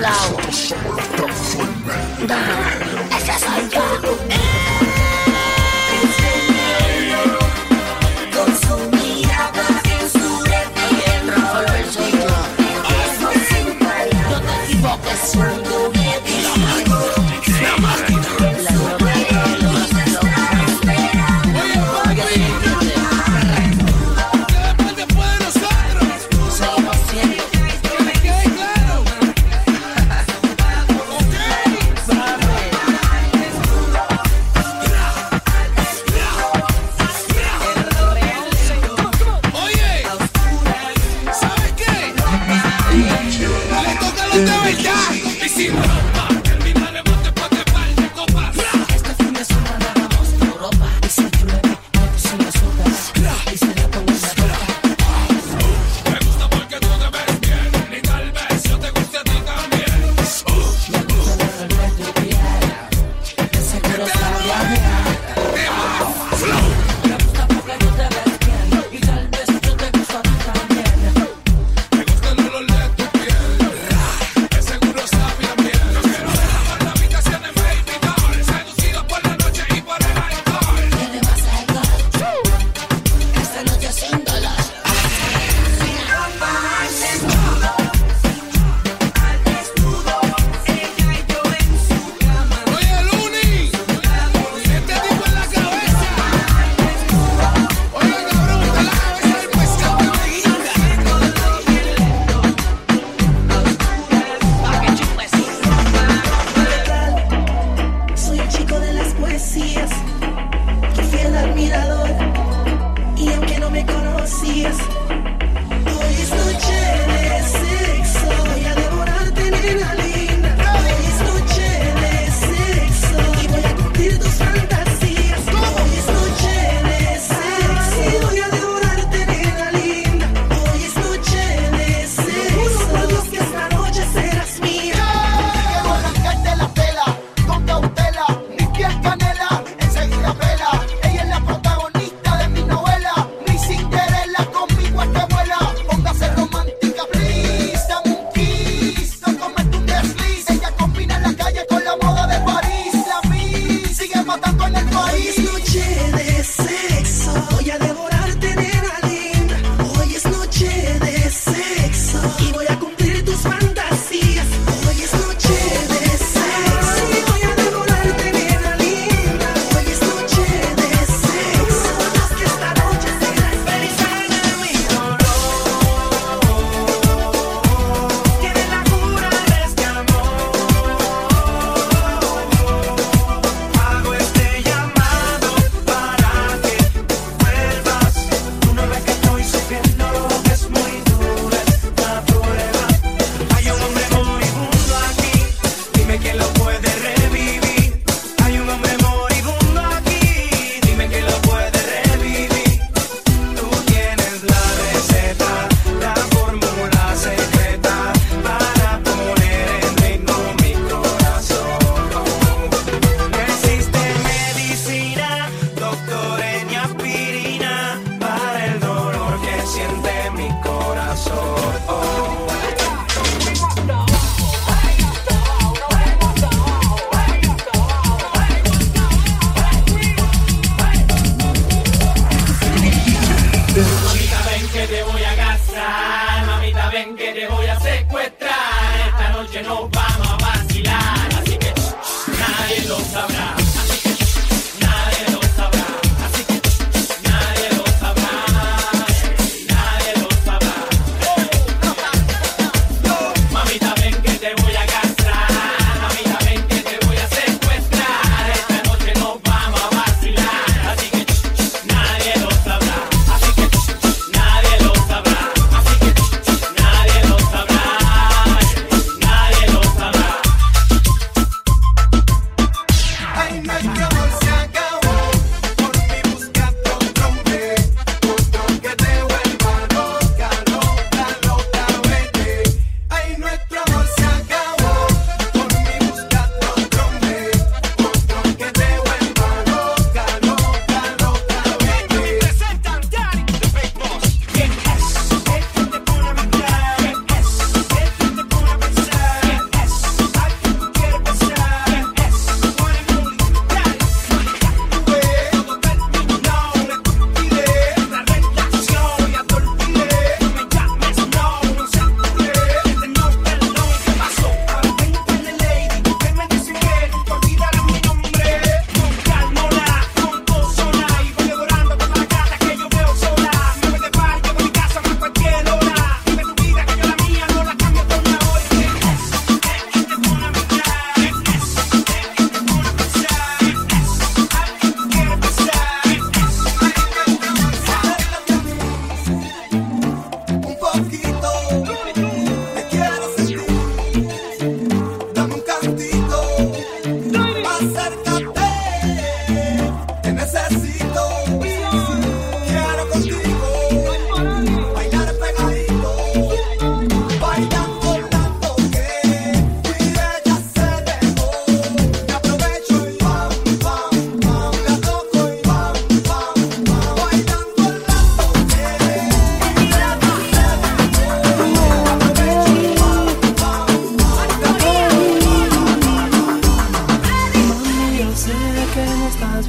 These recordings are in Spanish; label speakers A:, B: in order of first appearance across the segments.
A: lados. Dame, ese soy yo. Con su mirada en su retiro. Solo él soy yo. Eso sin parar. No te equivoques, soy tu La máquina. La
B: después de nosotros.
A: Somos siempre.
B: Que me quede claro. Oye, ¿sabes qué? Le toca los de verdad. Y si ropa, terminaremos después de par de copas.
A: Este fin de semana vamos a Europa. Y si llueve, no te sigas solas. Y se la pongo en la boca.
B: Me gusta porque tú te ves bien. Y tal vez yo te guste a ti también.
A: Seguro que la voy a dejar. Me gusta porque tú te ves bien. Y tal vez yo te gusto a ti también.
B: Me gusta el olor de tu piel. De seguro sabe a miel. No quiero dejar la habitación en baby doll. Seducido por la noche y por el alcohol.
A: Tiene más alcohol. Esta noche sin dolor.
B: Oye, Luni, este tipo en la cabeza. Oye, cabrón, está en la cabeza del pescado que me guinda.
C: Soy el chico de las poesías, tu fiel admirador. Y aunque no me conocías, hoy es noche de sexo. Voy a devorarte, nena linda. Hoy es noche de sexo. Y voy a cumplir tus fantasías. Hoy es noche de sexo. Voy a devorarte, nena linda. Hoy es noche de sexo. Juro por Dios que esta noche serás mía.
D: Quiero arrancarte la tela, con cautela, ni pies canela, enseguida vela. Ella es la protagonista de mi novela, mi Cinderella conmigo es que vuela. Póngase romántica, please, dame un kiss, no comete un desliz. Ella combina la calle con la moda de París, la vi, sigue matando en el
C: Hoy es
D: país.
C: noche de sexo, voy a devorarte nena linda. Hoy es noche de sexo y voy a cumplir tus fantasías. Hoy es noche de sexo, voy a devorarte nena linda. Hoy es noche de sexo, más que esta noche serás feliz en mi dolor. Tiene la cura de este
E: Hago este llamado para que vuelvas. Tú no ves que estoy sufriendo, que es muy dura esta prueba. Hay un hombre moribundo aquí, dime que lo puede revivir. Hay un hombre moribundo aquí, dime que lo puede revivir. Tú tienes la receta, la fórmula secreta para poner en ritmo mi corazón. No existe medicina, doctora ni aspirina para el dolor que siente mi corazón. Oh.
F: Mamita ven que te voy a gastar, mamita ven que te voy a secuestrar. Esta noche nos vamos a vacilar, así que nadie lo sabrá. Así que nadie lo sabrá. Así que nadie lo sabrá. Nadie lo sabrá. Mamita ven que te voy a gastar, mamita ven que te voy a secuestrar. Esta noche nos vamos a vacilar, así que nadie lo sabrá. Así que Nadie lo sabrá, así que nadie lo sabrá, nadie lo sabrá.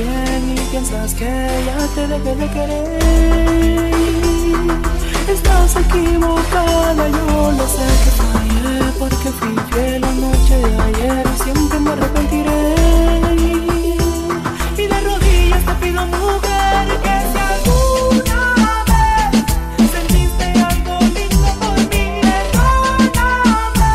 D: eh.
C: piensas que ya te dejé de querer. Estás equivocada, yo lo sé que fallé porque fui fiel la noche de ayer y siempre me arrepentiré. Y de rodillas te pido mujer que si alguna vez sentiste algo lindo por mí, perdóname,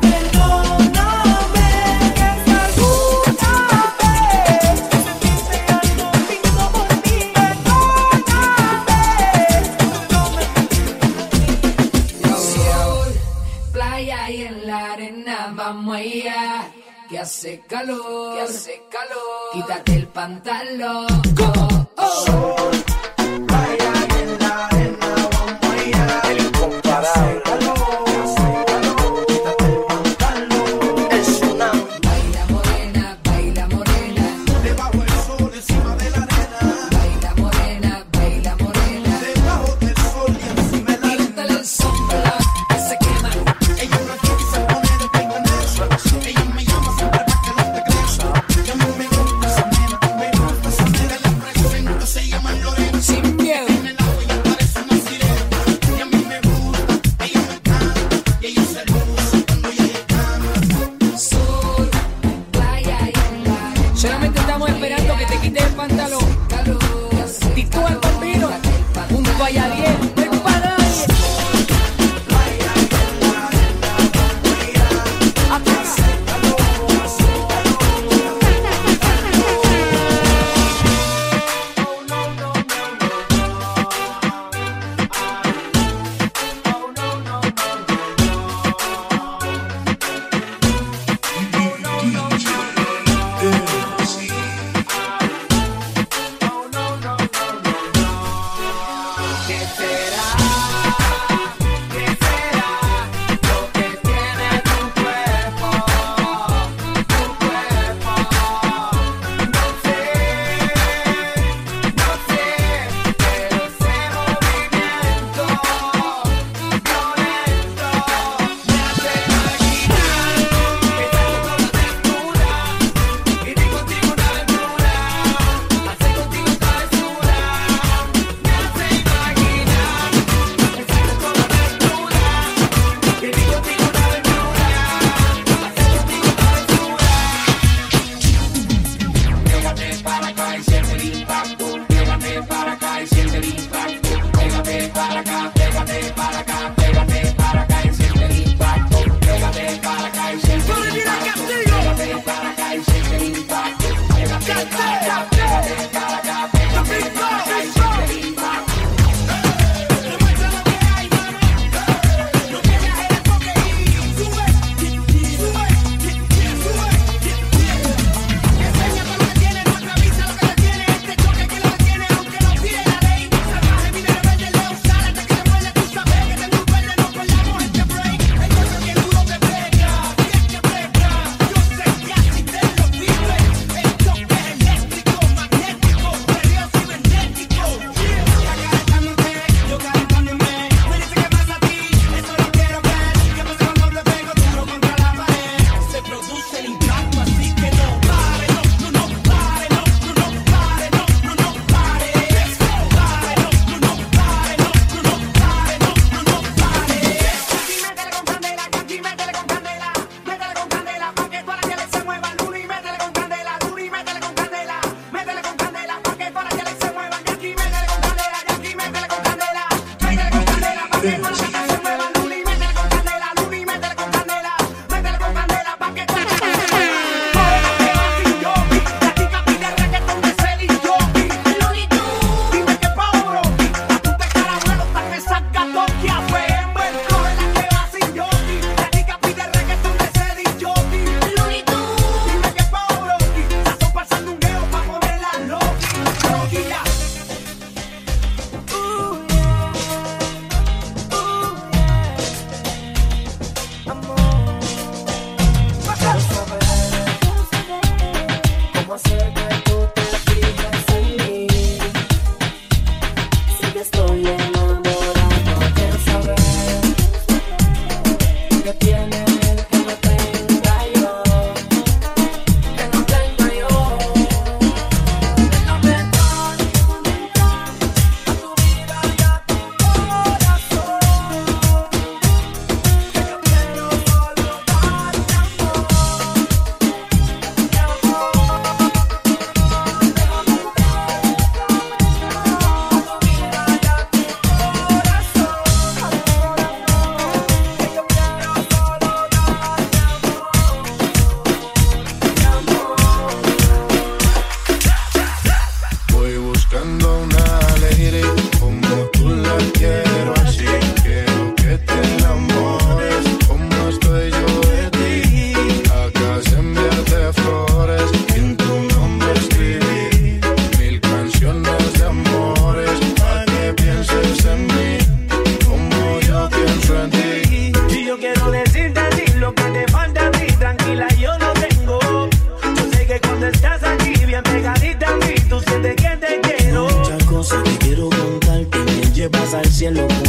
C: perdóname que si alguna vez sentiste algo lindo por mí, perdóname,
G: sol, playa y en la arena vamos allá. Que hace calor, que hace calor. Quítate el pantalón. Oh, oh. Baila morena, baila morena.
H: Debajo del sol, encima de la arena.
G: Baila morena, baila morena.
H: Debajo del sol y encima de la arena.
G: Quítale el sombrero que se quema.
H: Ella no quiere se pone de pendeja. Ella me llama siempre para que no te creas. Yo no me gusta esa nena, me gusta esa nena. La presento, se llama Lorena.
G: Sin miedo.
H: En el agua ella parece una sirena. Y a mí me gusta, ella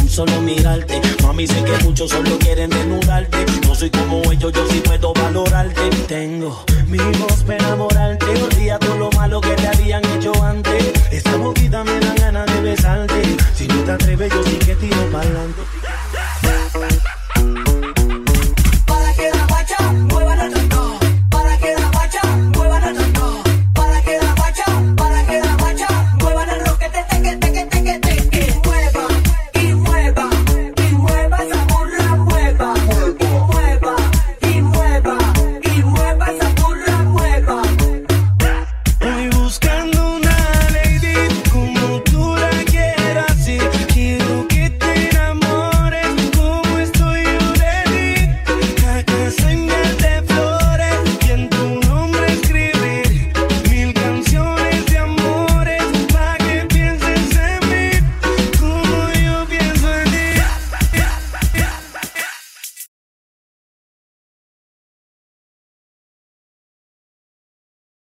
E: solo mirarte. Mami, sé que muchos solo quieren desnudarte. No soy como ellos, yo sí puedo valorarte. Tengo mi voz para enamorarte. Olvida todo lo malo que te habían hecho antes. Esta boquita me da ganas de besarte. Si no te atreves, yo sí que tiro para adelante.